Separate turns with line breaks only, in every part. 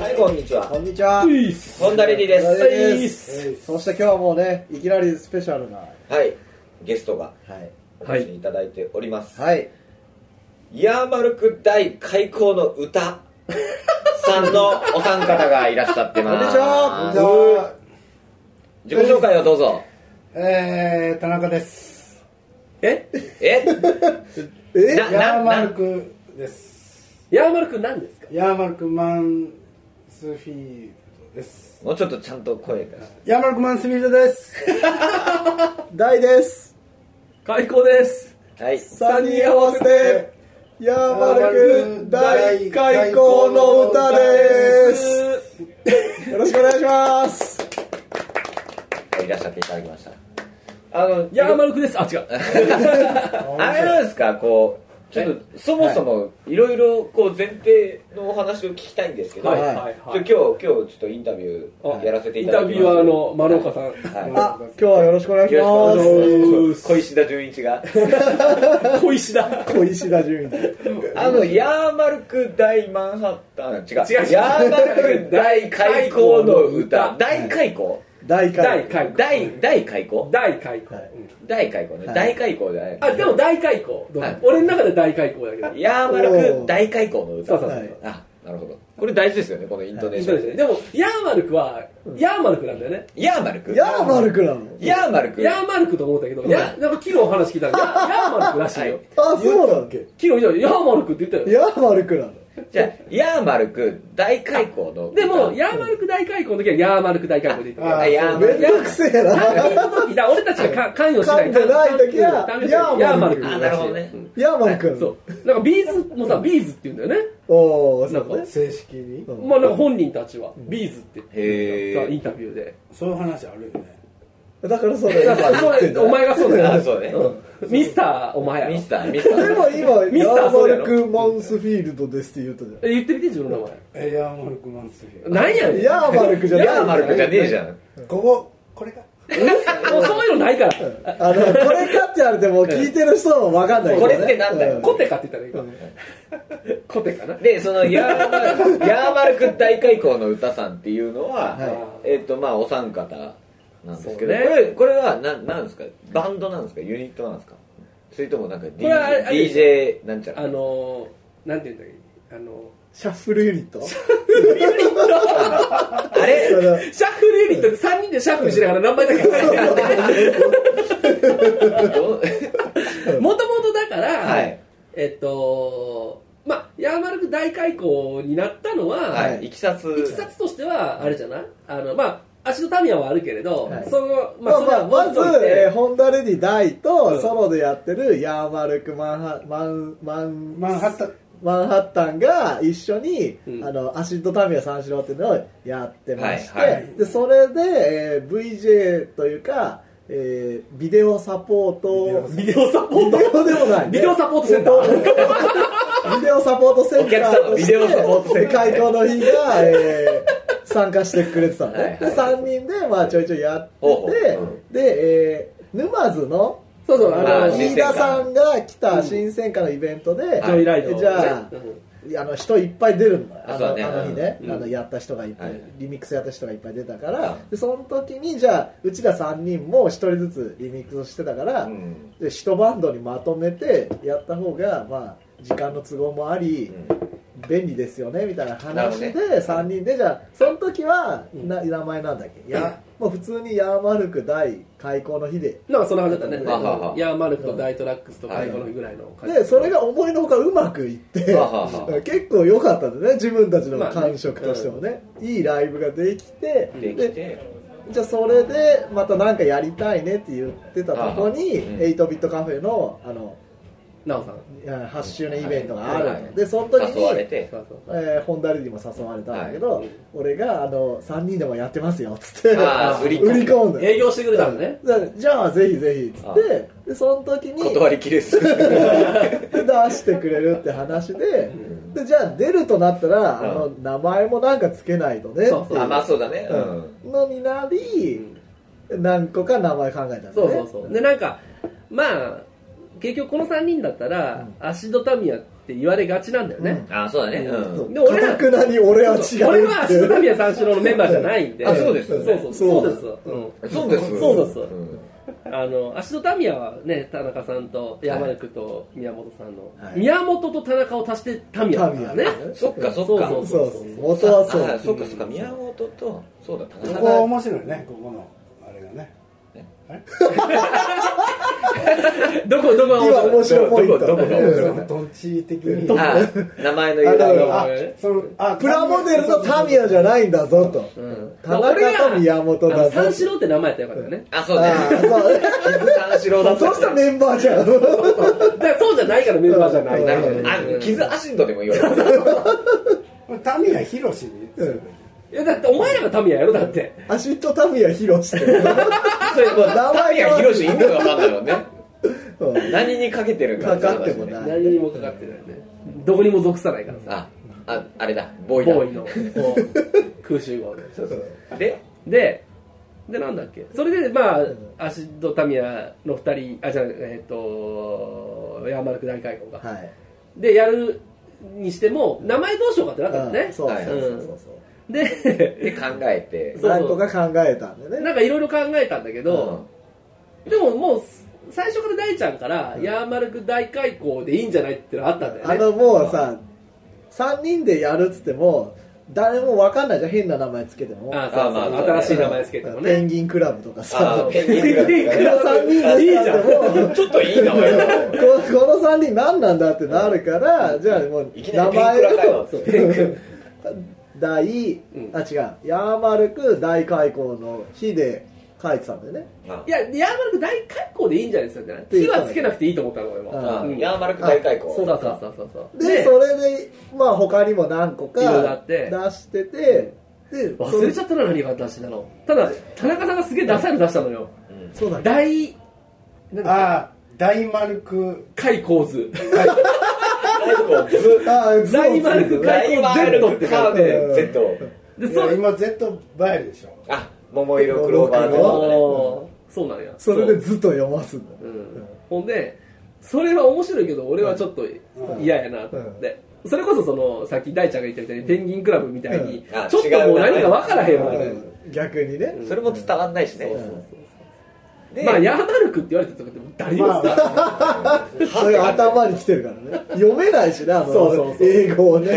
はい、こんにちは。
こんにちは。
ホンダレディです。
ダレですそして今日はもうね、いきなりスペシャルな。
はい、ゲストが
はい。
お越しいただいております。
はい。
ヤーマルク大開口の歌さんのお三方がいらっしゃって
こ
ま
ん
す。
にちは。
自己紹介をどうぞ。
えー、田中です。
え
え
え
な
ヤーマルクです。
ヤーマルくん何ですか
ヤーマルクマンスフィールドです。
もうちょっとちゃんと声が。
ヤーマルクマンスフィールドです。
大です。
開口です
はい。
三人合わせて、ヤーマルク大開口の歌です。よろしくお願いします。
いらっしゃっていただきました。あの、
ヤーマルくですあ違う
あれなんですか、こう、ちょっと、そもそも、いろいろ、こう、前提のお話を聞きたいんですけど、
はい
ち
はい
ょ
は
今
い
日、今日、ちょっとインタビューやらせてい
イン
ただ
タ
きます。
ビュアーの丸岡さん
はい。
あ、今日はよろしくお願いし
よろしくお
ま
願
す。
いします小石田純一が。
小石だ
小石田純一。
あの、ヤーマルク大マンハッタン、違う。
違う違う
ヤーマルク大開口の歌。大開口
大
大
開口。
開口
大、大開口
大開口
はい
うん
大開口ね。
はい
大開口じゃない。
あでも大開口どう
はい
俺の中で大開口だけど
ヤーマルク大開口の
そう
歌
そう。そ
は
う
い
あ、なるほど。これ大事ですよね、このイントネーシ
そう
ョ
ですね
ン。
でもヤーマルクはヤーマルクなんだよね
ヤーマルク
ヤーマルクなの
ヤーマルク
ヤーマルクと思ったけどやなんか昨日お話聞いたらヤヤーマルクらしいよ
あ、そうなんけ
昨日見たらヤーマルクって言ったよ
ヤーマルクなの
じゃあ、ヤーマルク大開口の。
でもヤーマルク大開口の時はヤーマルク大開口で言った
あ
あヤーマ
め
ル
ん
ク。
どくせ え
担
な。
任の時だ俺たちがか関与しない
関与ない時は
担任の時ヤーマルク
あ、なるほどね。
ヤーマルク。
そうなんかビーズもさビーズって言うんだよね
おー、そ
なん
う
か
ね。
正式に
うん
まあなんか本人たちはビーズって
へ
言ったイン
ー。
タビューで
そういう話あるよね。
だからそれ
だか
今言
らそ
ってん
れ
だ
お前がそうだ
あ、
よ
そうね。
ミスターお前やろ
ミスター、ミスタ
でも
ー。
今
ミスター
ヤー
そう
マ
や
ル
ろ
ク・マンスフィールドですって言ったじ
え言ってみて自分の名
えヤーマルクマンスフィールド。
前なんやねん
ゃんヤーマルクじゃない
ヤーマルクじゃねえじゃん。
ここ、これか。
もうそういうのないから
あのこれかって言われても聞いてる人は分かんないけどね
これってなんだよ
う
コテかって言ったらいいかコテかな
で、そのヤーマルク、 ヤーマルク大開口の歌さんっていうのは、
は
えっ、と、まあ、お三方なんですけど、
そうね
これ、これは、なん、なんですかバンドなんですかユニットなんですかそれともなんか、
れはあれ
D、DJ なんちゃ
あ
ら
のーなんて言うんだっけあの
シャッフルユニット
あれ
その
ーシャッフルユニットで3人でシャッフルしながら何枚だっけ
どう
もともとだから、
はい
えっとまあヤーマルク大開口になったのは、、
はいい、いきさつ。
きさつとしてはあれじゃないあのまあ足の民也はあるけれど、
はい
その
まあ
それ
ま
は
あまず
置いといて
えーホンダレディ大
う
と
ん
ソロでやってるヤーマルク・マンハマンマン
マンハッタン。
マンハッタンが一緒に、
うん
あのアシッドタミヤ三四郎っていうのをやってまして、
はいはい
でそれで、えー VJ というか、えービデオサポート
ビデオサポー
ビ デオでもない、ね、
ビデオサポートセンター
ビデオサポートセンターとして
お客様ビデオサポートセンター
開講の日が、えー参加してくれてたのね、
はいはい
で3人で、まあ、ちょいちょいやってて
ほうほう
で、えー沼津の
そうそうあの、
まあ
飯田さんが来た新鮮化のイベントで、
ん
ジョイライドをね
じゃあ
うん
あの人いっぱい出るんだよあ
そうだ
の,、
ね
あの日ね、
うん
あのやった人がいっぱい、
はい
リミックスやった人がいっぱい出たから、
は
でその時にじゃあうちら3人も1人ずつリミックスをしてたから、
うん
で一バンドにまとめてやった方がまあ時間の都合もあり、便利ですよねみたいな
なるほ
話
どね
で3人でじゃあその時はな名前なんだっけ、やもう普通にヤーマルク大開口の日で
なんかそんな感じだったね、
ははは
ヤーマルクとダイトラックスと開口の日ぐらいの感じ
でそれが思いのほかうまくいって
ははは
結構良かったんでね自分たちの感触としてもね、いいライブができて
でき
で
て、
じゃあそれでまた何かやりたいねって言ってたとこに、
ああうん
8ビットカフェのあの
なおさん
いや8周年イベントがあるの、
はいはい
でその時
誘われ
に、
て、
そうそう
えー、ホンダレディも誘われたんだけど、俺があの3人でもやってますよっつって
あー売り込む
売り込んで
営業してくれたのね、
じゃあぜひぜひっつ
あ
ってでその時に
断りきれず。
出してくれるって話で、
ん
でじゃあ出るとなったら、
うん
あの名前もなんかつけないとね
そうそう
あまあそうだねう
うん
ん
のになり、何個か名前考えたんだね
そうそうそうでなんかまあ結局この3人だったら、足戸民也って言われがちなんだよね、
あそうだねうん
そう
で俺ら
かたくなに俺は違うって
そうそう俺は足戸民也三四郎のメンバーじゃないんで
あそうですよ
そう
ね
そうそうですうん
そうです
そうです
ん
あの足戸民也はね田中さんと山根君と宮本さんの、
はい
宮本と田中を足して民也だから
民
ね
也ね
そっかそっ
そう
か
そう
そうそう元はそう
あそっかそっか宮本とそうだ田
こ
中
こは
が
面白いねここのあれがね
どこどこが面
今
白い
面白いポイント
どこどこが面白い
そのどっち的に
あ名前の由来
あ
を
あそのあ
プラモデルのタミヤじゃないんだぞと
うん
田中と宮本
あ
だ
の
ぞ
三四郎って名前やったら よかったよね
あそう
あ
ね三四郎だ
あ
っ
そうそうしたらメンバーじゃん
だからそうじゃないからメンバーじゃない
なるほど
う
あ
ん
傷アシンドでもいいわよ
タミヤヒロシにすればいい
いやだってお前らが民也やろだって
アシットタミヤヒロシって名
タミヤヒロシ意味が分かんないもんね
うん
何にかけてるか
かかってもない
何にもかかってないよねどこにも属さないからさ
あああれだボーイだ
ボーイのこう空集合で
で
ででなんだっけそれでまあ足戸民也の二人あじゃあえっ、と山丸区大会合が、
はい
でやるにしても名前どうしようかってなったんだ
う
よ
ん
ね
そうそうそうそう
で
で考えて
そう
何とか考えたんでね
なんかいろいろ考えたんだけど、でももう最初から大ちゃんから、ヤーマルク大開口でいいんじゃないってのあったんだよね
あのもうさ3人でやるっつっても誰もわかんないじゃん変な名前つけても
あそう
あ
そう
まあ
新しい名前つけても
ペン
ね
ギンクラブとか
あ
さ
ペンギンクラブ
ペンギンクラブ
3人
あい
で
いじ
や
ゃん
っても
うんちょっといい名前だ
こ この3人何なんだってなるから、じゃあもう
いきな
名
りペンクラか
前
よ
を大、あ違うヤーマルク大開口の日で書いてたんだよね
あ
いやヤーマルク大開口でいいんじゃないですかね火はつけなくていいと思ったの俺は、
あ
うん
ヤーマルク大開口
そうそうそうそうそう
でそれでまあ他にも何個
いろいろ
か
あって
出しててで
忘れちゃったな何が出したのただ田中さんがすげえダサいの出したのよ
うん
そうそうだね
大なんだ
あ大丸く
開口図
大開口ズ
あーズボン
大丸く
ついてる
大丸
ゼットって書いて
うん Z
で
い
そ
や
う
今 Z バイルでしょ
あ桃色クローバー
あー
の
おーそうなのよ
それでずっと読ますんだ
うんほんでそれは面白いけど俺はちょっと嫌やなって、それこそそのさっき大ちゃんが言ったみたいにペンギンクラブみたいに、
うんあ
ちょっともう何か分からへんわ、
違うな
うん逆にね
それも伝わんないしね
そうそうそう
で
まあヤーマルクって言われたとこって誰も
ま
さ、
あ
それ頭に来てるからね読めないしな
そうそうそう
英語をねジ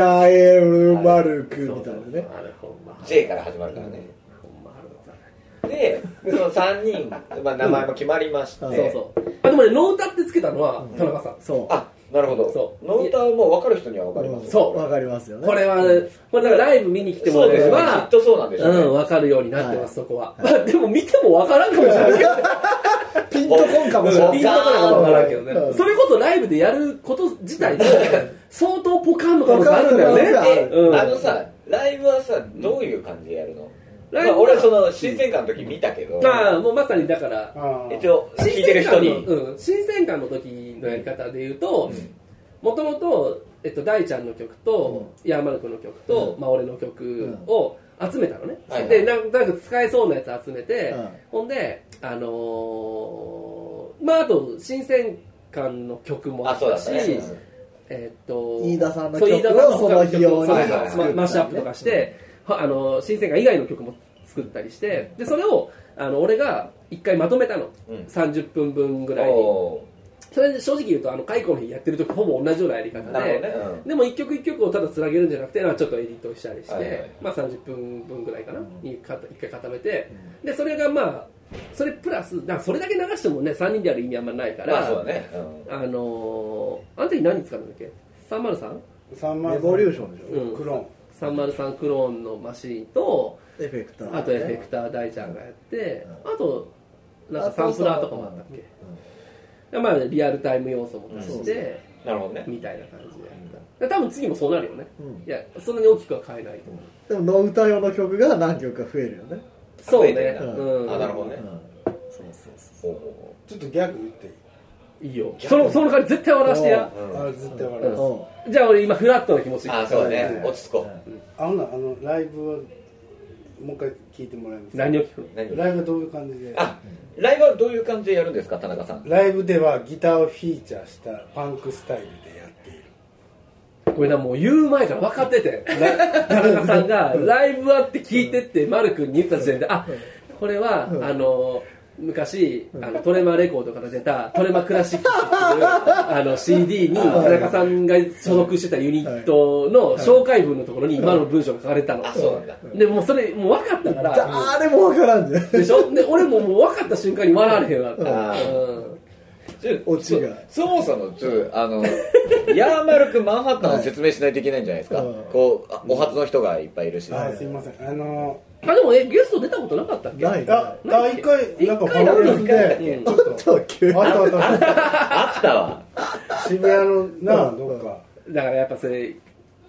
ャエル・マルクみたいなね
あれほんま
J から始まるからね
ほんま腹立つわ
でその3人、まあ、名前も決まりまして、
うん
そうそうあでもねノータってつけたのは田中さん、
そう
あなるほど
そう
ノータはもう分かる人には分かります
うん
よ
そう
わかりますよね
これはこれだからライブ見に来ても
そう
ら
で
え
す
れ
よねき
ば
っとそうなんでしょうね、
うん、分かるようになってます、そこは。でも見ても分からんかもしれないけど
ピンとこんかもしれない
ピンとこなかったけどね、
うん
それこそライブでやること自体で相当ポカンの可能性あるんだよ
ポカンの可能性
ね
ある
で、
うん
あのさライブはさどういう感じでやるの、
ラ
ま
イ
あ、
ブは
俺はその新鮮感の時見たけど、
まあもうまさにだから
あ
一応聞いてる人に、
新鮮感のうん、新鮮感の時のやり方で言うともともと、えっと、大ちゃんの曲と、ヤーマルクの曲と、まあ、俺の曲を集めたのね、
はいはい
でなんなんか使えそうなやつ集めて、
うん
ほんであのーまああと新鮮感の曲もあ
あ
っ
そうだ
た
っ
し
たねうん
えーっと
飯田さんの
そう
曲を
飯田さんの
その日用に
そうそう
作ったり
ま
ね
マッシュアップとかして、はあの新鮮感以外の曲も作ったりしてでそれをあの俺が一回まとめたの、
うん
30分分ぐらいに
お
それで正直言うとあの解雇の日やってる時ほぼ同じようなやり方
ー
で、
なるほどね、
でも一曲一曲をただつなげるんじゃなくて、まあちょっとエディットしたりして、
はいはい
まあ、30分分ぐらいかな、にかた一回固めて、でそれがまあそれプラスだからそれだけ流してもね3人でやる意味あんまないか
うん、
ら、
まあそうだね、うん
あのーあの時何使うんだっけ 303?
3万
レボリューションでし
うん
クローン
303クローンのマシーンと
ょエフェクター
あとエフェクター大ちゃんがやってあとなんかサンプラーとかもあったっけでまあリアルタイム要素も足して
なるほどね
みたいな感じでやったで多分次もそうなるよね
うん
いやそんなに大きくは変えないと思う
でもノウタ用の曲が何曲か増えるよね
そう
増えて
ね
るな
うん
あなるほどね
うんそうそうそ
ほうほ
ちょっとギャグ言っていいう
いいよそのその代わり絶対笑わしてや
うん
あれ絶対笑う、
うんじゃあ俺今フラットな気持ち
あそうだね
うん
落ち着こ
あほんならあのライブをもう一回聞いてもらえます
何を聞くの
う何
ライブはどういう感じで
あライブはどういう感じでやるんですか田中さん
ライブではギターをフィーチャーしたパンクスタイルでやっている
これなもう言う前から分かっ ててら田中さんがライブはって聞いてって丸くんに言った時点であこれはあの昔あのトレマレコードから出たトレマクラシッ クスっていうあの CD に田中さんが所属してたユニットの紹介文のところに今の文章が書かれてたの
あそうなんだ
でもうそれもう分かったから
誰もわからんじゃ ん
でしょで俺ももう分かった瞬間に笑われへんわ
あー
うん
ちょ
落ちが
そそもそもちょっとあの ヤーマルクマンハッタンを説明しないといけないんじゃないですか、
うん
こうあお初の人がいっぱいいるし、
あすいませんあの
あでもえゲスト出たことなかったっけ
ない
ああ一回なんかファロレスで
一回
ち
だ
ょっと
と急に
あったあったあった
あったわ
渋谷のなあどっか
だからやっぱそれ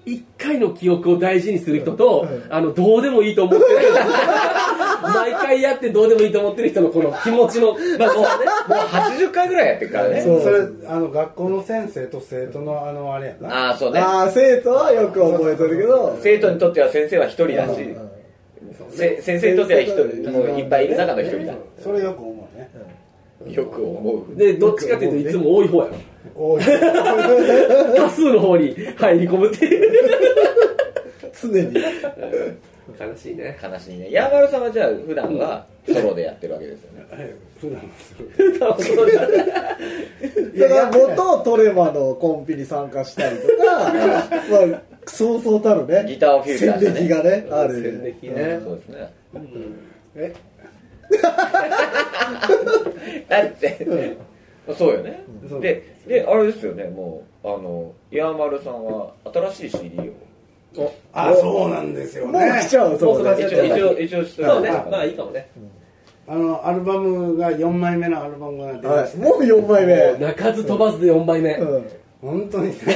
一回の記憶を大事にする人と、
うん
あのどうでもいいと思ってる 毎回やってどうでもいいと思ってる人のこの気持ちの、まあ、そうだね
もう80回ぐらいやってるからね
そ
そうれあの学校の先生と生徒のあのあれやな
ああそうね
ああ生徒はよく覚えてるけど
生徒にとっては先生は一人だし、
うん
せ先生にとっては一人もういっぱいいる中の一人だ、
それよく思うね
よく思う
でどっちかっていうといつも多い方や
多い
ろ多数の方に入り込むっていう
常に
悲しいね
悲しいねヤーマルさんはじゃあ普段はソロでやってるわけですよね、
普段はする
だから元トレマのコンピに参加したりとかまあそうそうたるね
ギターをフィルターしてね
戦歴がねある
戦歴ね
そうですね
え
だって、そうよね、
そう
でであれですよねもうあのヤーマルさんは新しい CD を
あそうなんですよ
もう来ち
ね
ゃうそう
もう来
一
ちゃ
ね
う
応一応一応して
そうね
あ
まあいいかもね
あのアルバムが4枚目のアルバムが出ま
はい
して
もう4枚目
鳴かず飛ばずで4枚目、
うん
本当にね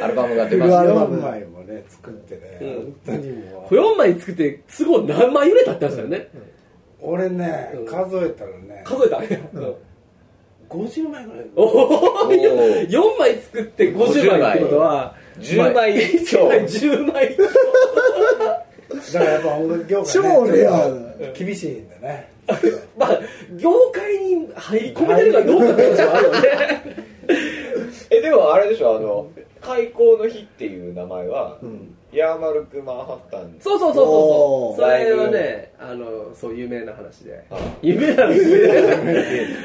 アルバムが出まし
う
た
わ
4枚もね作ってね
うん
本当にもう
4枚作って都合何枚売れたって話だよね、
俺ね
うん
数えたらね
数えた、 うん
50枚ぐらい
おお
ー
4枚作って50枚ってことは
10枚以上
1枚10枚以 上
だからやっぱ音楽業界ね
超レアだ
ちょっと厳しいんだね
まあ業界に入り込めてるかどうかって話もあるよね
えでもあれでしょあの「開港の日」っていう名前は、ヤーマルクマンハッタン
そうそうそうそうそう
おー
それはねあのそう有名な話で
あ
有名な話で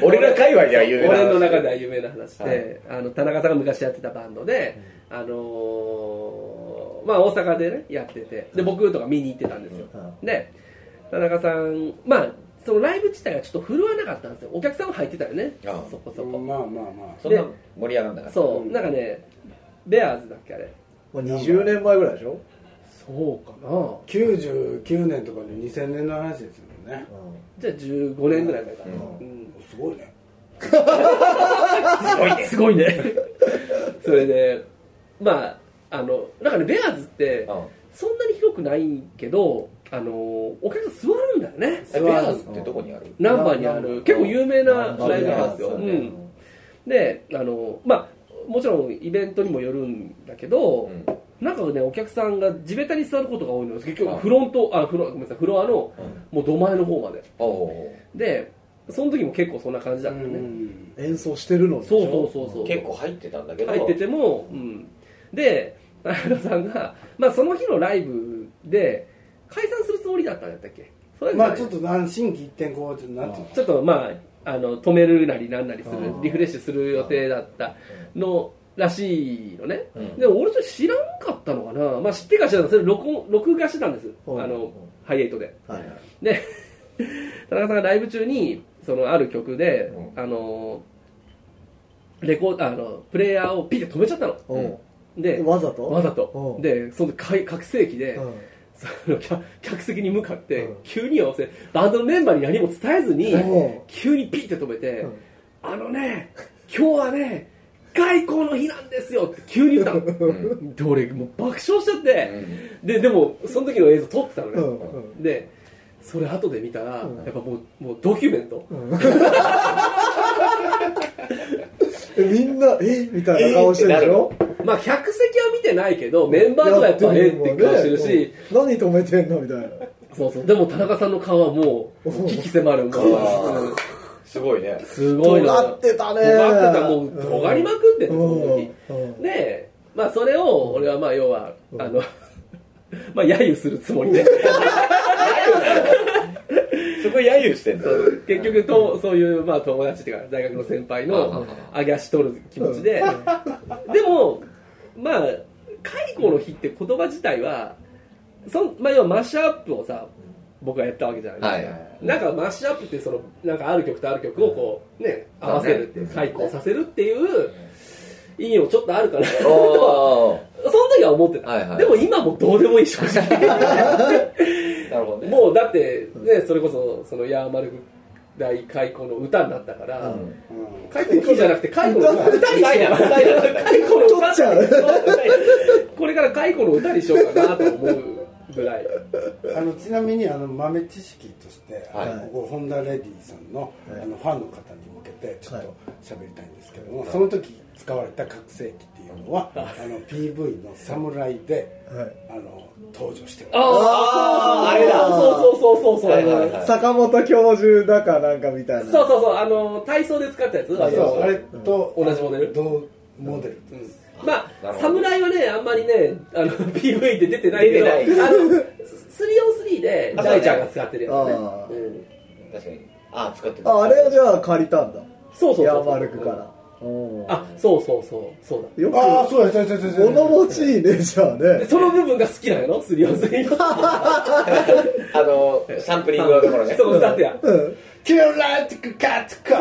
俺ら界隈では有名な
俺の中では有名な話で、あの田中さんが昔やってたバンドで、あのーまあ大阪でねやっててで僕とか見に行ってたんですよ、
う
で田中さんまあそのライブ自体がちょっと振るわなかったんですよお客さんは入ってたよね
ああ
そこそこ、
まあまあま
そんな盛り上がんなかった
そう、
うん
なんかねベアーズだっけあれ
もう20年前ぐらいでしょ
そうかな
あ99年とかで2000年の話ですもんね
じゃあ15年ぐらい前かな、
う
うん
すごいね
すごいねそれでまああのなんかねベアーズって、
うん
そんなに広くないけどあのお客さん座るんだよね
えベアーズってどこにある
ナンバーにあ
ナン
る
バ
結構有名な
ナンバー
ライブハウスよ、
ナン
う
バー
ん、であのまあもちろんイベントにもよるんだけど、
うん
なんかねお客さんが地べたに座ることが多いのです結
あ
局フロントあフロごめんなさいフロアのもう土前の方まで
おお
でその時も結構そんな感じだったね、
うん
演奏してるのでし
そう
ょ
そうそうそう
結構入ってたんだけど
入ってても、うん、で田中さんが、まあ、その日のライブで解散するつもりだったんやったっけそうやった
ま
よ
あ
ね
ちょっとなん心機一転こうちょっとなんていうの
ちょっとまああの止めるなりなんなりする
うん
リフレッシュする予定だったのらしいのね、
うん
でも俺ちょっと知らんかったのかな、まあ、知ってか知らんそれ録音録画してたんです、
うん
あの、
うん
ハイエイトで
はいはい
で 田中さんがライブ中にそのある曲で、
うん
あのレコーあのプレイヤーをピッて止めちゃったの
うん
で
わざと
わざと
うん
でそのか拡声器で、
うん
その客客席に向かって、
うん
急に合わせバンドのメンバーに何も伝えずに、
うん
急にピッて止めて、
うん
あのね今日はね外交の日なんですよって急に言ったの、
ん
で俺もう爆笑しちゃって、ででもその時の映像撮ってたのね、
うんうん
でそれ後で見たら、
うん
やっぱもうもうドキュメント、
うんみんな、えみたいな顔してるでしょ
まあ客席は見てないけどメンバーとかやっぱええって顔してるし、
うん何止めてんのみたいな。
そうそうでも田中さんの顔はもう鬼気迫るもう
すごいね
すごいの
尖ってたね。
尖ってたもう尖りまくっててその時
うんうん
でまあそれを俺はまあ要はあの まあ揶揄するつもりで
そこ揶揄してんだ
そう結局とそういう、まあ、友達っていうか大学の先輩の揚げ足取る気持ちで、でもまあ解雇の日って言葉自体はそん、まあ、要はマッシュアップをさ僕がやったわけじゃないですか、
はい
なんかマッシュアップってそのなんかある曲とある曲をこうね合わせるっていう解雇させるっていう意味もちょっとあるかなとは
お
その時は思ってた、
はいはい
でも今もうどうでもいい正直
ーなるほどね
もうだってねそれこそそのヤーマルク大開口の歌になったから、
うん
開口の日じゃなくて開口の歌歌にしようかな開口の歌にしようこれから開口の歌にしようかなと思うぐらい
あのちなみにあの豆知識として、
はい
あのここホンダレディさんの,、あのファンの方に向けてちょっ
はい
と喋りたいんですけども、その時使われた覚醒器っていうのは、あの PV の侍で、
はい
あの登場して
ああ
あー
あれだ
あー
そうそうそうそうそう、
はいはいはい
坂本教授だかなんかみたいな。
そうそうそうあの体操で使ったやつ
あ
あ
そう
の
あれと
同じモデル
同モデルです、
ま
なる
あ
ほど
侍はねあんまりねあの PV で出てないけど
出て
あの 3on3 で大ちゃんが使ってるやつね
あー
うん
確かにあ使って
ああれをじゃあ借りたんだ。
そうそうそう
ヤーマルクから。うん
あそうそうそうそうだ
よ
ああ
く、
そうやそうやそうやそうや
物持ちいいね、じゃあ
で
ね。
その部分が好きなのスリオスリの。
あのサンプリングのところね
そう、歌ってや。
うん。
キュラティックカットカ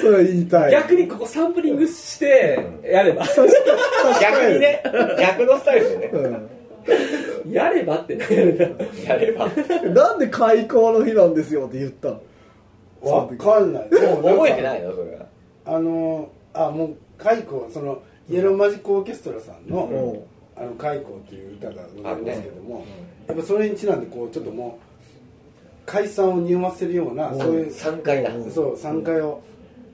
それ言いたい。
逆にここサンプリングして、やれば。
逆にね逆のスタイルでね
う
やればってね。
やれば覚
ん。なんで開校の日なんですよって言ったの
わかんないもうなんか
えてないのそれは
あのあもう解雇そのイエローマジックオーケストラさんの「
うん
あの解雇」っていう歌がございますけども、やっぱそれにちなんでこうちょっともう解散を匂わせるような、そういう
3回だ
そう散開を、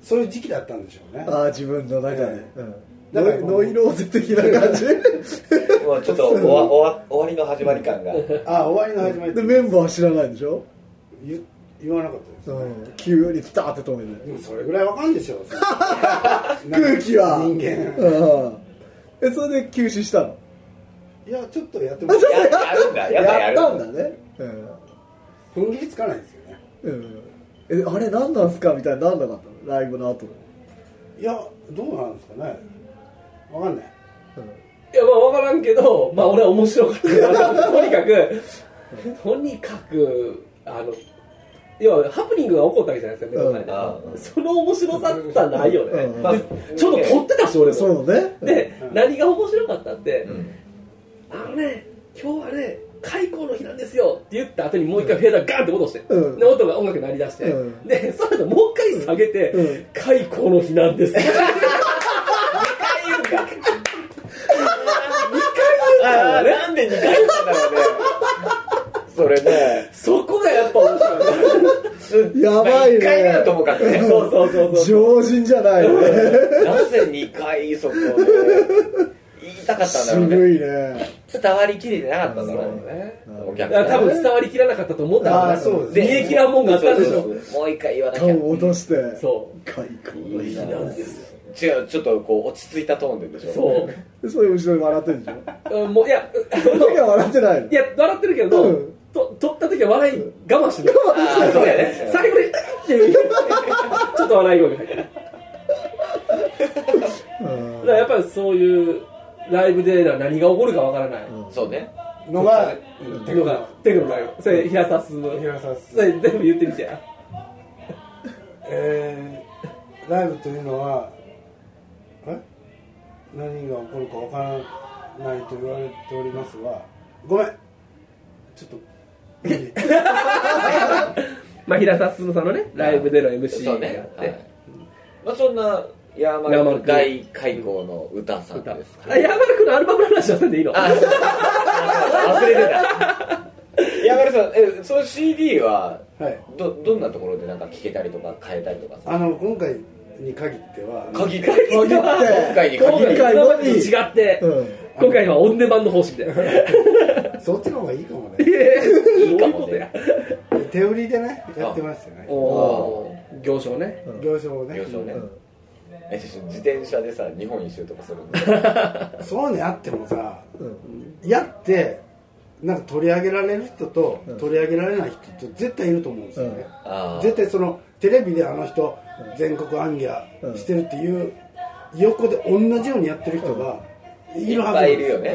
そういう時期だったんでしょうね
ああ、自分の中で。
ええ
うん
だから
ノイノイローゼ的な感じ
もうちょっと終わ終わ終わりの始まり感が
あ終わりの始まり
で、メンバーは知らないでしょ
言言わなかったです、
うん。急にピタって止めて。
でもそれぐらいわかんでしょ う
空気は。
人間
うん。え、それで休止したの
いやちょっとやってもらっ
ややるんだやっぱや
やっ
る
たんだね。うん。
て踏ん切りつかないんですよね
うん。え、あれ何なんすかみたいになんなかったのライブの後。
いやどうなんですかねわかんない
いや、まあ、わからんけど、まあ、俺は面白かったから。とにかく、とにかく、あの、要はハプニングが起こったわけじゃないですか、目の前で
う。ん
その面白さってはないよね。
うん
まあ
でちょっと撮ってたし、俺も。
そうね。
で、
うん
何が面白かったって、
うん
あのね、今日はね、開口の日なんですよって言った後にもう一回フェーダーガンって落として、
うん
で音が音楽鳴り出して、
うん
で、その後もう一回下げて、
うん
開口の日なんですよ。
あーなんで2回言ったんだろうねそれね
そこがやっぱ面白い。
やばいね
1回目はともかくね
そうそうそうそう。
常人じゃないよね。
なぜ2回そこで言いたかったんだろうね
渋いね。
伝わりきれてなかったんだろうね
ね
お
だ
客
か
さん
ら多分伝わりきらなかったと思った
あ
ら、
あそうです
で
ね
煮え切らんもんがあったんでし
そ
ょ
うそうそうもう一回言わなきゃ
顔を落として。
そ
開口
う。
の日
なんですよ
違うちょっとこう落ち着いたトーンででしょ
そう
それ後ろに笑ってるでしょ。
うん。もういや、
その時は笑ってないの
い。や、笑ってるけど、
うん
と撮った時は笑い我慢してる。
あーそうやね
最後に、っていう、 ちょっと笑い声が入ってる。
うん
だからやっぱりそういうライブで何が起こるかわからない
そうね
のが
テクノが、テクノだよ。それ、平沢す
平沢す
それ、全部言ってみてや。
えー、ライブというのはえ何が起こるかわからないと言われておりますがごめんちょっと無理
まあ、平沢すさんのね、ライブでの MC
そう
があ
ね
っ
はい
て。
まあそんなヤーマルク大開口の歌さん
歌
です
あ、山田君のアルバムの話はせんでいいの
あ忘れてた。山田さん、え、その CD は
はい
どどんなところでなんか聞けたりとか変えたりとかさ
あの今回に限っては
鍵かけ
限って
今回に
今
限り
回
今ま
の
で
に
と違って、
うん
今回はオンデマンド方式で
そっちの方がいいかも
え
ね
ーどう
か
いう
も
ことや
ね
手売りでねやってましたね
おー行商ね
うん
行商をね
行商ね
うん
え自転車でさ日本一周とかするの
そうねあってもさ
うん
やってなんか取り上げられる人と、
うん
取り上げられない人って絶対いると思うんですよね、
あ
絶対そのテレビであの人、全国行脚してるっていう、横で同じようにやってる人がい
い
る
っ
はず
ぱ
なん
いい
で
る
す
よね、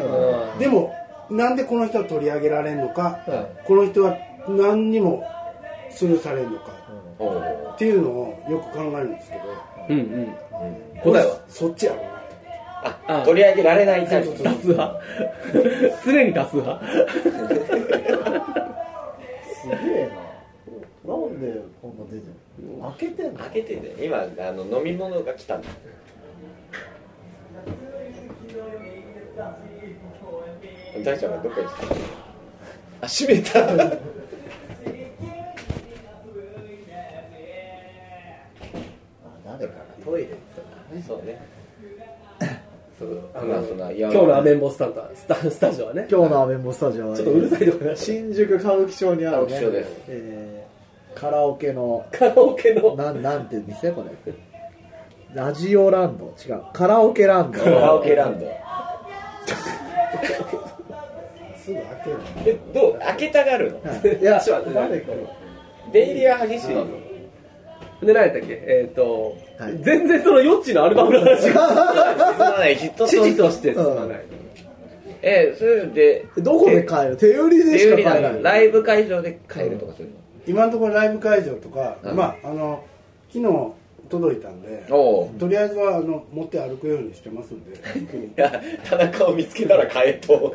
うん
でもなんでこの人は取り上げられんのか、
う
この人は何にもスルーされんのか
おー
っていうのをよく考えるんですけど
うんうん
うん
答えは
俺そっちやろうな
あ取り上げられないタイプ
そうそう
多数派常に多数派
すげえななんでこんな出てるの開けてんの
開けてね今あの飲み物が来たんだ大ちゃんがどっか行ってたあ閉めた
あ誰かなトイレ行って
そうね
あ
まあ
の
そんな
今日のアメンボスタンタスタスタジオはね
た今日のアメンボスタジオは
ちょっとうるさいとこね
新宿歌舞伎町にあるね
歌舞伎町です
えーカラオケの
カラオケの
なんなんて店これラジオランド違うカラオケランド
カラオケランド
すぐ開ける
えどう開けたがるの
はいいや
ちょっと待
誰か
出入りは激しいの
で何やったっけえっ、と、
はい
全然そのヨッチのアルバムの話が
進まない人と
知事として進まない、
えそれで
どこで買える手売りで
手
し
売
か
りな
買え
の
ない
ライブ会場で買えるとかする
今のところライブ会場とか、
うん
まああの昨日届いたんで
のおお
とりあえずはあの持って歩くようにしてますんで
田中を見つけたら買えと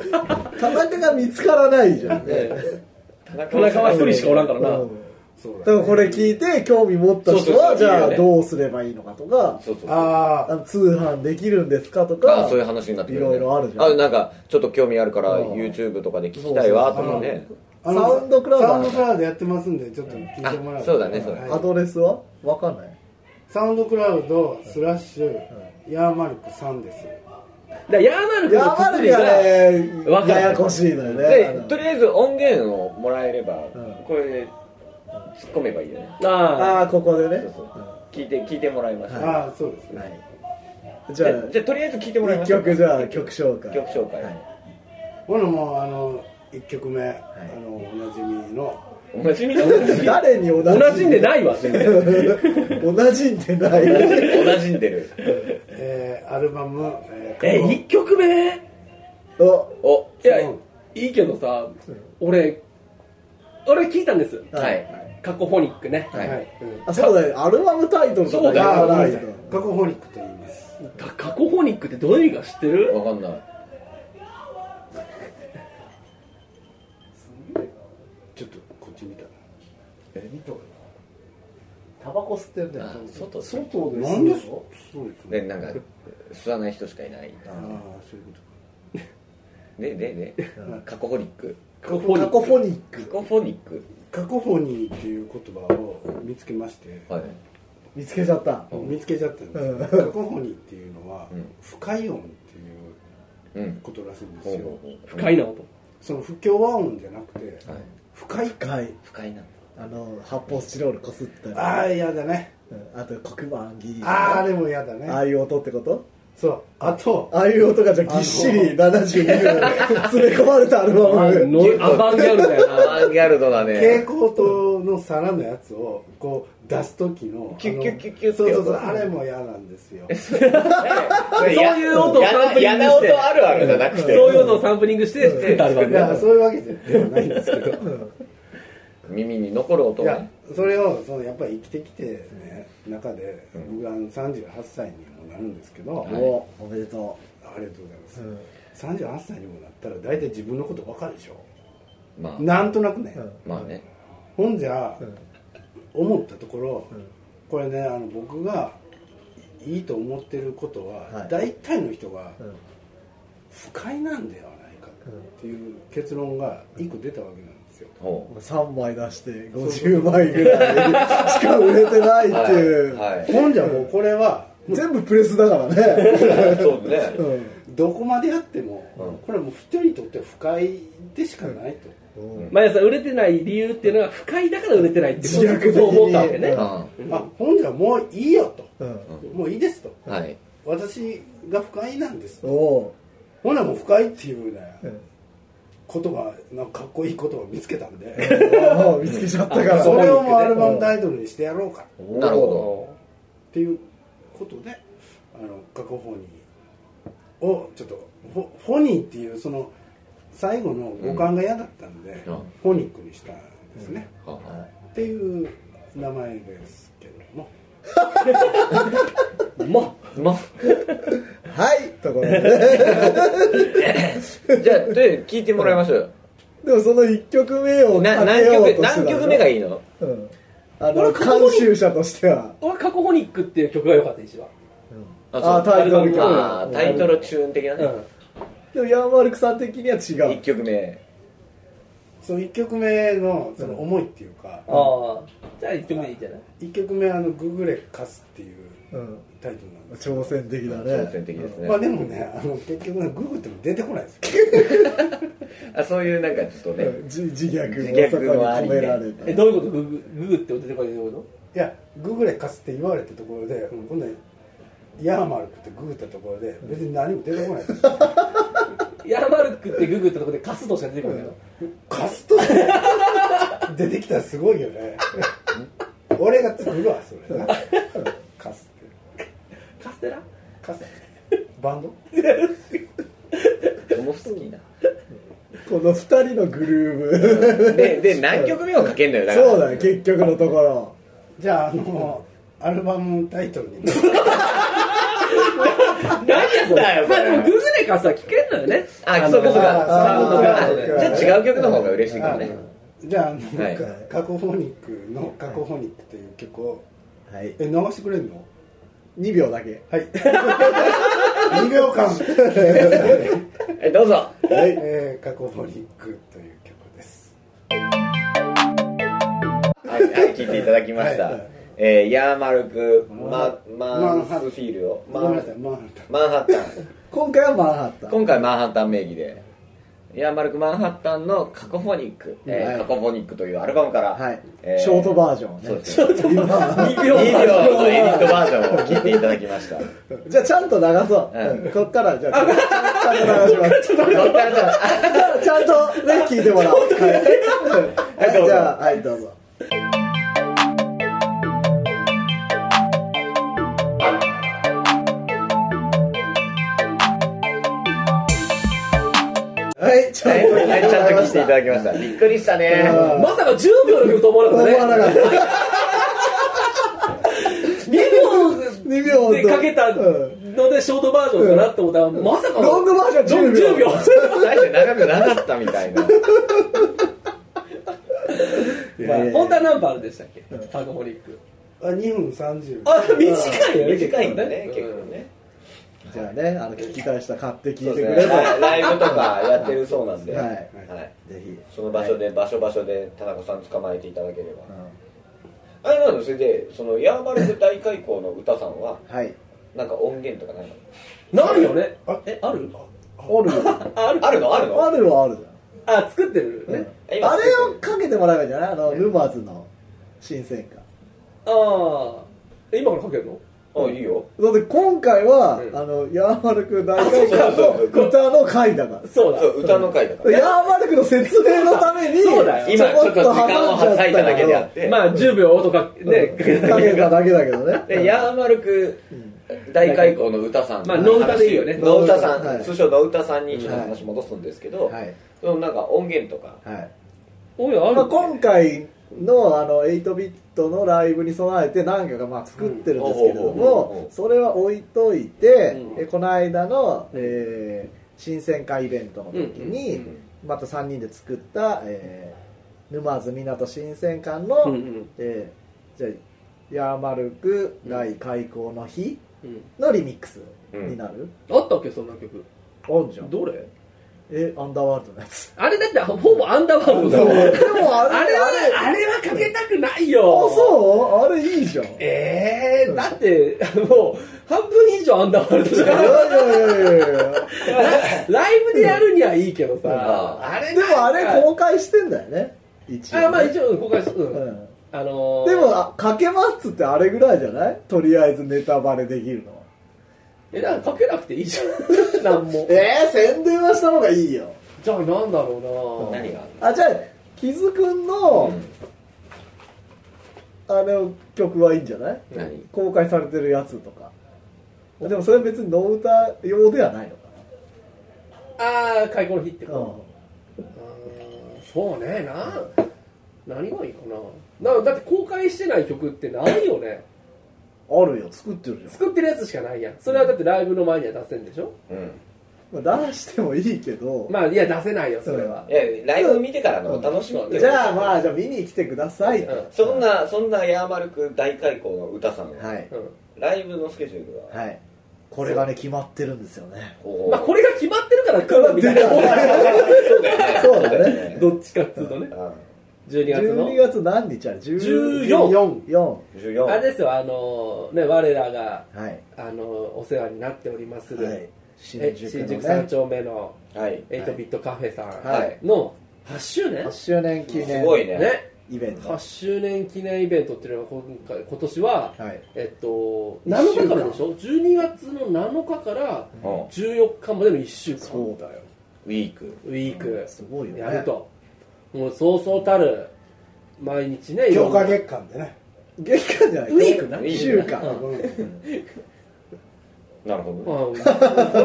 田中が見つからないじゃんね
え
田
え田中は一人しかおらんからな、
うん
そう
だ
だ
か
ね、
らこれ聞いて興味持った
そうそ
人
うそ
は
う
じゃ
い
あ
いよね
どうすればいいのかとか
そうそうそう
あ
あ
あ
の通販できるんですかと
あ
か
そういう話になってくる、ね、
いろいろあるじゃん
なんかちょっと興味あるから
うん
YouTube とかで聞きたいわと
そうそう
かね
あの
サウンドクラウド
サウンドクラウドやってますんでちょっと聞いてもら
あ
う
そうだねそうだね
アドレスはわかんない
サウンドクラウドスラッシュヤーマルクさんです
だからヤーマルク
や
の
ば
綴
る
り
が
がわかん
ね
な
や
い
やこしいのよねあ
で
の
とりあえず音源をもらえれば、
うん
これで突っ込めばいいよね
ああ
ああここでね
そうそう聞いて聞いてもらいました、
ああそうです
うん
ね
はいじ
じ
ゃ
ゃ
あ
あじゃあとりあえず聞いてもらいま
一
しょうか
曲じゃあ曲紹介
曲紹介、
はい
ほなもうあの1曲目、
い
あのおなじみの
おなじみの
誰に同じ
同じんでないわ全然
同じんでない
おなじんでる
えーアルバム「えー
え
過去
一1曲目い
お
お
や
そう
いいけどさ俺俺聞いたんです
はい
カコフォニックね、
はい
はいうん
あそうだよアルバムタイトルとか
そうだよ
言
あ
わ
ご
な
めん
い
な
と
さい過去ホリックと言います
かカコフォニックってどういう意味か知ってる
わかんない
ちょっとこっち見たら
タバコ吸ってんだよ
あ外
外で
なんで
吸うの
そうです
で
ね
なんか吸わない人しかいない
ああそういうこと
ででで
うん
カコホニック
カコフォニ
カ
ック
コフォニッ
カ
ク
コフォニック
カコフォニーっていう言葉を見つけまして、
はい
見つけちゃった
見つけちゃったんです、
うん
カコフォニーっていうのは、
うん
不快音っていう
うん
ことらしいんです
ほう
よ、
ほうほう
不快な音
その不協和音じゃなくて
はい
不快感
深い
不快な
あの発泡スチロールこすったり
ああ嫌だね
うんあと黒板ギリギリ
ああでも嫌だ
ああ
ね
いう音ってこと
そうあと
ああいう音がじゃあぎっしり72分詰め込まれたアルバム
ノイアバンギャルドやな
アンギャルドだ
蛍
ね
光灯の皿のやつをこう出す時の
キュッ
あの
キュッキュッキュッって
そう
やつ
そうそうあれも嫌なんですよ
そう
そういう音をサンプリングして
嫌な音あるあるじゃなくて
そういうのをサンプリングして作ったアルバ
い
ム
やそういうわけではないんですけ ど
耳に残る音
い
が
やそれをそのやっぱり生きてきてね中で僕はあの38歳にもなるんですけど、
おおおめでと
ありがとうございます
う、うん
38歳にもなったら大体自分のこと分かるでしょ
まあ
なんとなくね、
うん
まあね
ほんじゃ
うん
思ったところ、
うん
これねあの僕がいいと思ってることは、
はい
大体の人が
うん
不快なんではないかっていう結論が一個出たわけなんです
ですよ
ほ
3枚出して50枚ぐらいしか売れてないって
うはい
いう、
はい
ほんじゃもうこれは
全部プレスだからね、
そうね
うん
どこまでやっても、
うん
これはもう人にとっては不快でしかないと、
うん
毎朝売れてない理由っていうのは不快だから売れてないって
自虐的に
そう思ったわけね、
うん
あほんじゃもういいよと、
うん
もういいですと
うんはい
私が不快なんですと、
お
ほんならもう不快っていうね、
うん
言葉なんかかっこいい言葉を見つけたん
う
で
おう見つけちゃったから
それをもうアルバムタイトルにしてやろうかっ
なるほ
ていうことであの過去フォニーをちょっとフォフォニーっていうその最後の五感が嫌だったんで、
うん
フォニックにしたんですね、
どはは
っていう名前ですけども
うまっ
いま
はいところでね
じゃあで聞いてもらいましょう
でもその1曲目
よ
を
な
かけ
何
よ
曲
うとしてた
何曲目がいいの
うんあ
俺
の
ここに
監修者としては
俺カコホニックっていう曲が良かった一番
そ
あ
う
タイトル曲
あータイトルチューン的な
う
ね
ん
でもヤンマルクさん的には違
1
う
曲目
その1曲目のその思いっていうか、
ああじゃあ一曲でいいじゃない
1曲目あの「ググレカス」っていう
うん
タイトルなんです
挑戦的だね
挑戦的ですね
まあでもねあの結局ねググっても出てこないですよ
あそういうなんかちょっとね
うん自自
自
虐もそ
虐
こに
もあり
込
ね
められた
えどういうことググググってお出てこないどういうこ
いや「ググレカス」って言われたところで、うん、今度はヤーマルクってググったところで別に何も出てこないですよ
とヤーマルクってググったとこでカスとしか出てこないの
カスと出てきたらすごいよね俺が作るわそれなカスって
カステラ
カスバンド
もう好きな
この2人のグルーヴ
でで何曲目をかけんのよだから
そうだよ結局のところ
じゃああのアルバムタイトルに
何や
んだよこれ
まあでもググレカスは聞けんのよね
あそうかそうか
あサウンド
あ
クラウドで
じゃあ違う曲の方が嬉しいかもね
じゃああの、
はい
カカコフォニックの「カコフォニック」という曲を
はい
え流してくれんの
2秒だけ
はい2秒間、
えどうぞ
はい
えー、カコフォニックという曲です
はい、はい、聞いていただきました。
はい
えー、ヤーマルク、マ、
マ
マ
ン
ン
ハ
スフィールド、
ご
マ
めん
ン
なさいマンハッタン
マンハッ
今回はマンハッタ
タン。
ン
今回マンハッタン名義で、ヤーマルクマンハッタンのカコフォニック、えー
はい
カコフォニックというアルバムから、
はい
え
ショートバージョンをね
そうですね。
今は
2秒のエディットバージョンを聞いていただきました。
じゃあちゃんと流そ
う
う、
ん
うんこっからじゃあちゃんと流します
どっからじゃあ
ちゃんとね、聞いてもらおう。はい、
はいどうぞ
じゃあ、はい、どうぞ。はい、ちゃんと聞い
はい、ちゃんと聞いていた
だ
だ
き
きました。びっくりしたね。
うん
まさか10秒の曲と思わな
ま
か
した。思わ
った
な
ね
かった。
2秒
2秒
でかけた
うん
のでショートバージョンかなと思ったらまさか
ロングバージョン10
10秒
秒。
大して長くなかったみたいな。
まあ
いやいやいや
本当は何分あるんでしたっけカコホニック
あ2分30
あ短いね
短いんだね、
結
結
構
構ね。
じゃあね、あの、聞き返した買って聞
そう
いて
で
く
すね。
れと。は
ライブとかやってるそうなんで。
い。ぜ
はい
ひ。
その場所で、場所場所で田中さん捕まえていただければ、
うん
あれなのそれでそのヤーマルク大開口の歌さんは
はい。
なんか音源とかないの
ないよね
あ
えある
おるよ。
ある
あるのあるの
あるはあるじゃん。
あ作ってるね
あれをかけてもらえばいいんじゃないあの、ルマーズの新鮮感。
ああえ今からかけるの
あいいよ
だって今回は、
うん
あの、ヤーマルク大会
あそうそうそ
の
う
歌の回だから。
そうだ
そう歌の回だから
ヤーマルクの説明のために、
そうだよ
今ちょっと時
挟んじ
間を
ゃった
はたいただけであって
まあ10秒とかね
かけただけだけどね。
でヤーマルク大開口の歌さん
まあ野歌でいいよね
野歌さん、
はい
通称野歌さんにちょっと話戻すんですけど、
はい。
そのなんか音源とか
はい。
おやあ
まあ、
る
今回のあの8ビットのライブに備えて何曲かまあ作ってるんですけれど
うん
も
うん
それは置いといて、
うん
えこの間の、えー新鮮会イベントの時
うん
に
うん
また3人で作った、えー沼津港新鮮館
うんう
の、
ん
えーじゃあヤーマルク大開口の日
うん
のリミックスになる、
あったっけそんな曲
オンジョン
どれ
えアンダーワールドのやつ
あれだってほぼアンダーワールドだもんあれ
でもあれ
はあれはかけたくない
あ
よ
そうあれいいじゃんい
ええだってもう半分以上アンダーワールドじゃ ん
やいやいやいやいや
ライブでやるにはいいけどさ、
ん
あれ
でもあれ公開してんだよね一応ね
あまあ一応公開する、
う
うん
ん
あのー、
でもあかけますっつってあれぐらいじゃないとりあえずネタバレできるのは
えだからかけなくていいじゃん なんも
えー、宣伝はした方がいいよ
じゃあなんだろうな
何が
あじゃあキズくんの、あの曲はいいんじゃない
何
公開されてるやつとかでもそれは別にノウタ用ではないのか
ああ開口の日って
な、
こそうねな何がいいかななだって公開してない曲ってないよね
あるよ作ってるじ
作ってるやつしかないやんそれはだってライブの前には出せんでしょ
うん
ゃん、まあ、出してもいいけど、
まあいや出せないよそれは、
いやライブ見てからのお楽しみ
うん
じゃあまあじゃあ見に来てください、
うん
そんなそんなヤーマルク大開口の歌さんは、
はい
うん
ライブのスケジュールが、
はいこれがね決まってるんですよね
こう
まあこれが決まってるから来るみたい
決まって
な
そうだよね
そうだね
どっちかっつうとね12月の
12月何日ある
14
14は
うん14
あれですよあのね我らが
い
あのお世話になっておりまする、
はい新
え
宿
新
の
宿三
ね
丁目の
はい
8ビットカフェさ
は
はい
んの8周年
8周年記念
すごいね
ね
イベント
8周年記念イベントっていうのが今回今年は
はい
えっと
一週間
7日からでしょ12月の7日から
うんウ
14日までの1週間
そうだよ
ィーク
ウィーク
すごいよね
やるともうそうそうたる毎日ね
強化
いろんな
月間でね
月間じゃない
ウィークな
ウィーク
週間
うん
うん
なるほど
うん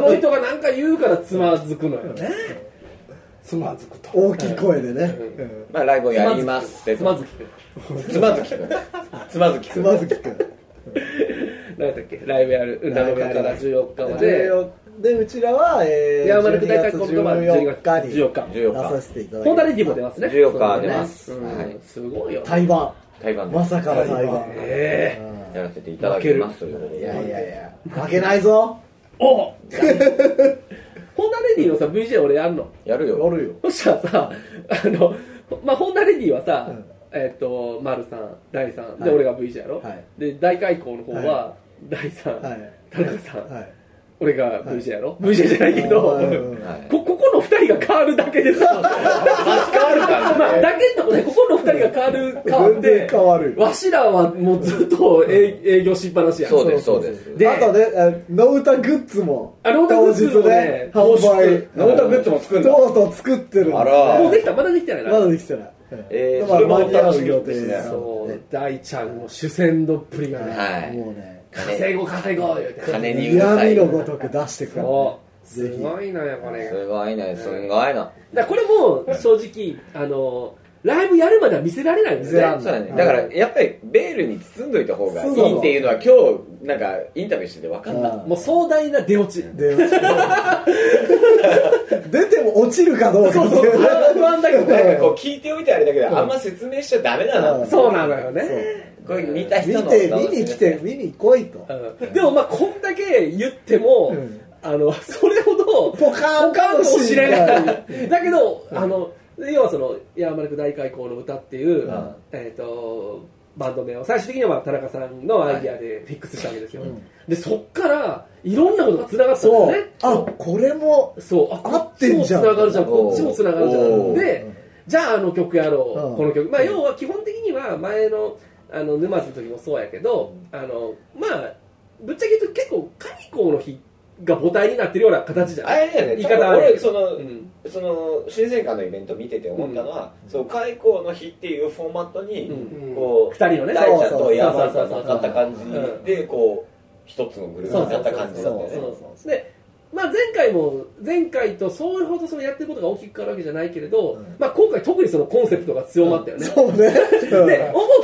この人が何か言うからつまずくのよね
つまずくと
大きい声でね、
うん
うん
まあライブをやります
つまずきくん
つまずきくんつまずきく
つ
ん
まずきくん
何やったっけライブやるうん7日から14日まで
14でうちらは、えー、
ヤーマルク大会
12
コントは
14
14
日
日
に
14日
出
14
さ
日
せていただき
ホンダレディ
ま
も
す
出ますね
14日出ます
うん
はい
すごいよ
対バ
台湾
ン
で
まさかの対
対
バ
バ
ン
ン、
ええ
やらせていただきますということで
いやいやいや負けないぞ
おうホンダレディのさ VJ 俺やんの
やる
や
よ
るよ
そしたらさあのまあホンダレディはさ、
うん
えっ、と丸さん大さんで、
はい
俺が VJ やろ、
はい
で大開口の方は、大さん、
はい
田中さん、
はい
俺が VJ やろ、VJ じゃないけど、
うん
はい
こここの2人が変わるだけでさまあ、だけどねここの2人が変わる変わっ
全然
て
変わるよ
わしらはもうずっと営営業しっぱなしやん
そうですそうです
で
あとねあのノウタグッズも
あノウタグッズもね
当日ね販売
ノウタグッズも作るんだ
とうとう作ってるんですね
あら
もうできたまだできてないな、
まだできてない
えー
まあ
それも
間に合
楽しみ
予
で
定
すね
です
そう、
ね
大ちゃんの主戦どっぷりがね、
はい
もうね
稼ごう稼ごう言うて
金にうるさ
嫌
い
味のごとく出してくる
そう
ぜ
す
ひ
ごいのよこれがだ
す
か
ごいねすごいな
らこれも正直あのライブやるまでは見せられないんで
そ
す
う
ね
だねだからやっぱりベールに包んどいた方がいいっていうのは今日なんかインタビューしてて分かった
うん
もう壮大な出落ち
で 出ても落ちるかどうかっていうね
不安だけど
なん
ね
かこう聞いておいてあれだけど、あんま説明しちゃダメだな、
うん
そうなのよね
これ見た人
見
の
て見に来て見に来いと
うんでもまあこんだけ言っても、
うん
あのそれほど
ポカーン
ポカーンかもしれ
う
ないだけどあの要はその「ヤーマルク大開口の歌」っていう、
うん
えー、とバンド名を最終的にはまあ田中さんのアイディアでフィックスしたわけですよ、
うん
でそっからいろんなことがつながったん
そ
だよ
う
ね
あこれも
そうあ
合
こ
っ
っち
てん
もつ
じゃ
なんがるじゃんこっちもつながるじゃ
おー
んでじゃああの曲やろう、
うん
この曲まあ要は基本的には前のあの沼津の時もそうやけど、あのまあぶっちゃけ言うと結構開口の日が母体になってるような形じゃ
あ
ない
れだよね
言い方ある
俺そ
け
の、
どうん
その新鮮館のイベント見てて思ったのは、そう開口の日っていうフォーマットに、
うん
こう
二人のね
大ちゃん
そうそうそ
と
う
山田さんが乗っかった感じ
うん
でこう一つのグループになった感じだった
そう
よね
そうそうそう
で、まあ、前回も前回とそれほどそのやってることが大きく変わるわけじゃないけれど、
うん
まあ、今回特にそのコンセプトが強まったよね、
そうね
で思っ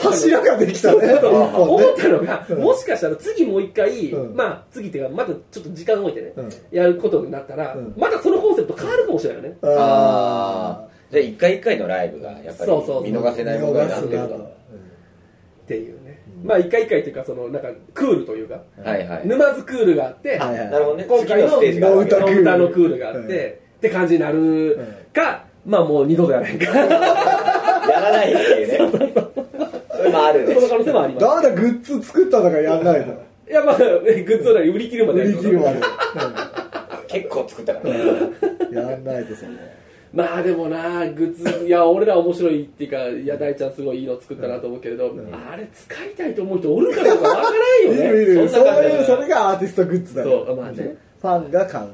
たの
柱ができたね
そうそ
一本
う
ね
思ったのが、
うん
もしかしたら次もう一回、
うん
まあ次っていうかまだちょっと時間を置いてね、
うん
やることになったら、
うん
またそのコンセプト変わるかもしれないよね、
ああじゃあ一回一回のライブがやっぱり
そうそうそう
見逃せないものになってる
見逃すな
と
と
っていうね、まあ一回一回というかそのなんかクールというか、
はいはい
沼津クールがあって、
はいはい
なるほどね
今
次
回
の
の
ステージが
ノ
あ
ウ
るか
タ
ら
ノウタのクールがあって、って感じになるか、まあもう二度とやらへんか
やらないっていうねそれもあるね
その可能性もあります
だからグッズ作ったとかやんないの
いやまあグッズを売り切るまで
売
やる
り切るまで
結構作ったからね
やんないですね
まあでもなグッズいや俺ら面白いっていうかいや大ちゃんすごいいいの作ったなと思うけれど、あれ使いたいと思う人おるかどうかわからん
い
よね
るいるそ
ん
う
な感じ
いうそれがアーティストグッズだよ
そうまあね
ファンが買う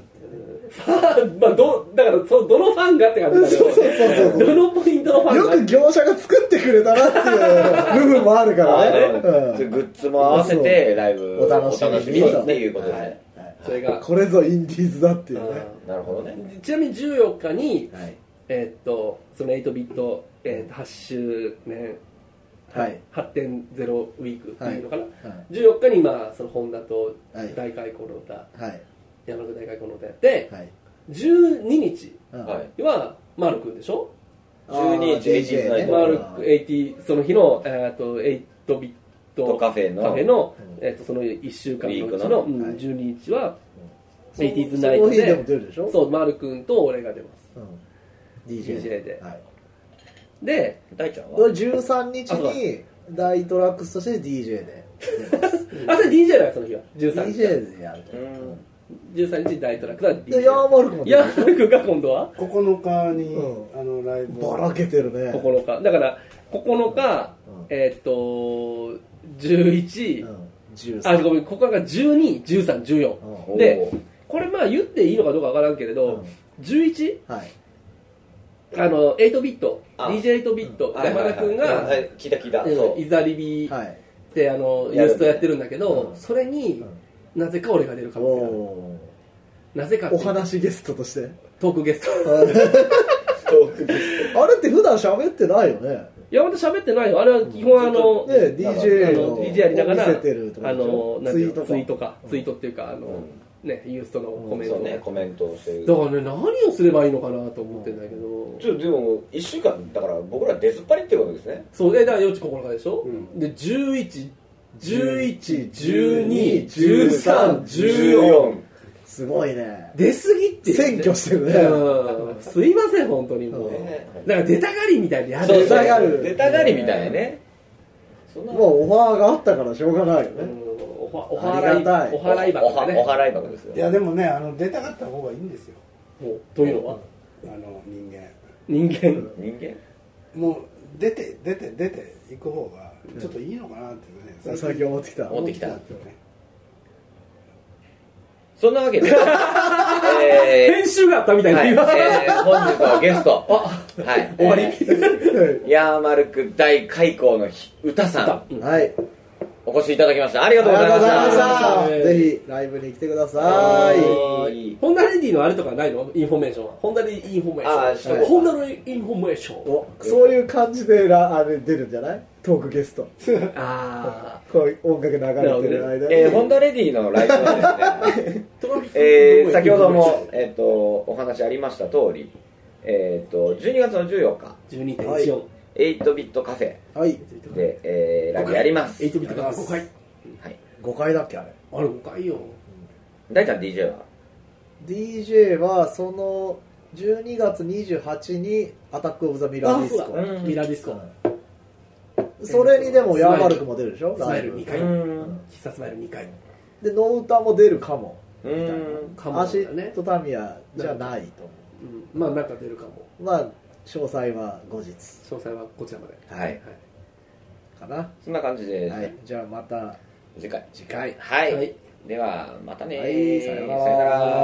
まあどだからそどのファンがって感じだけど、ね、
そうそうそうそう
どのポイントのファン
よ
が
く業者が作ってくれたなっていう部分もあるからね
あ
う
の
ん
グッズも合わせてライブ
お楽しみに
っていうことですね、
それが
これぞインディーズだっていうね
なるほどね
うんちなみに14日に、
はい
えーっとその8ビット、えーっと8周年
はい
8.0ウィークっていうのかな、
はい
14日にまあその本田と
はい
大開口の歌、
はい
山中大開口の歌やって、
はい
12日
うん
はい
はマルクでしょ
12日
あー
18ナイト
マル
あ
ク
ー
80その日の、えーっと8ビッ
と
ト
カフェの
カフェの
うん、
えー、とその1週間のうち
ウィー
の
ク
うん
はい
12日は、
そ
エイティーズナイト
その日でも
で
出るでしょ
そう丸くんと俺が出ます
うん
DJ で
はい
で
大ちゃんは
13日に大トラックスとして DJ で出ます
あそれ DJ だよその日は13日
DJ でやると
うん
13日大トラックだ
でヤー
DJ
マルクも出
ヤ
る
ーマルくんが今度は
9日に、
うん
あのライブ
ばらけてるね
9日だから9日、
うん
えーっと11、
うん13
あごめん9日が121314、
うん
でこれまあ言っていいのかどうかわからんけれ
う
ど、
ん
11
はい
あの8ビット
あ
DJ8 ビット
はい
山
はいはい
田くんが、
はい聞いた聞いた
うん
そう
イザリビ
はい
であの
や
ユ
る
ーストやってるんだけど、
うん
それになぜか俺が出る可能性がある
お
なぜかって
お
いうと
話ゲストとして
トークゲスト
トークです
あれって普段喋ってないよね
山田喋ってないよあれは基本あの、
ね
あ
DJ
の
を
DJ やりながら
見せてるとか
あのな
ツ
んて
イ
いう
ート
の
か
ツイートかツイートっていうかあの、ねユーストのコメン
そ
ト
う
を
ねコメントをしてる
だからね何をすればいいのかなと思ってんだけど、
ちょっとでも1週間だから僕ら出ずっぱりってことですね
そうえだから4時9日でしょ、
うん
で11 11、
12
12、13、14。
すごいね
出すぎっていうね、
占拠してるね
うんすいません、本当にもう。
ね
なんか出たがりみたいでや
そう
る
そう
出たがる
出たがりみたいなねそんな
もうオファーがあったからしょうがないよ
うん
ね
おはおはら
あ
い
りがたい
おはらい箱
おは
ね
お払い箱ですよ
いやでもねあの出たかった方がいいんですよ
もうというのは
あの人間
人間
人間
もう出て出て出て行く方がちょっといいのかなってね、
最近思ってきた
思ってきた
思ってね
そんなわけでえ
編集があったみた
ー
い
は、
ない
え
今
ー本日のゲストはい
終わり
は
ヤーマルク大開口のひ歌さん
うん
い
お越しいただきましたあり
ありがとうございま
がとうございました
ありがとうござ
し
いました
た。ぜひライブに来てください。
はーい
ホンダレディのあれとかないのインフォメーションはホンダレディインフォメ
あ
ー
ー
シ
し
ョ
と
ン
こ
は
う
ホンダのインフォメーション
おそういう感じでラあれ出るんじゃない？トークゲスト。
あ
こう音楽流れてる間に。
えー、ホンダレディのライブはです ね
あ
えー先ほども、えっとお話ありました通り、えっと12月の14日
12.14
8ビットカフェ
はい。
で、えーライブやります
8ビットから5回
はい
五回だっけあれ。
あれ5回よ
大ちゃん DJ は
DJ はその12月28にアタックオブザミラーディス
あ
コ
そう。だミラーディスコ
うんそれにでもヤーマルクも出るでしょ？
スマイル
ライ
2
ブ
回
うん
喫茶スマイル2回
でノー歌も出るかも。
うん
かも
アシ
だね
ットタミヤじゃないと思
うんまあなんか出るかも
う。まあ詳細は後日
詳細はこちらまで
はい
かな。
そんな感じで、
はい。じゃあまた
次回
次回。
はい、
はい
ではまたね
はいさようなら
う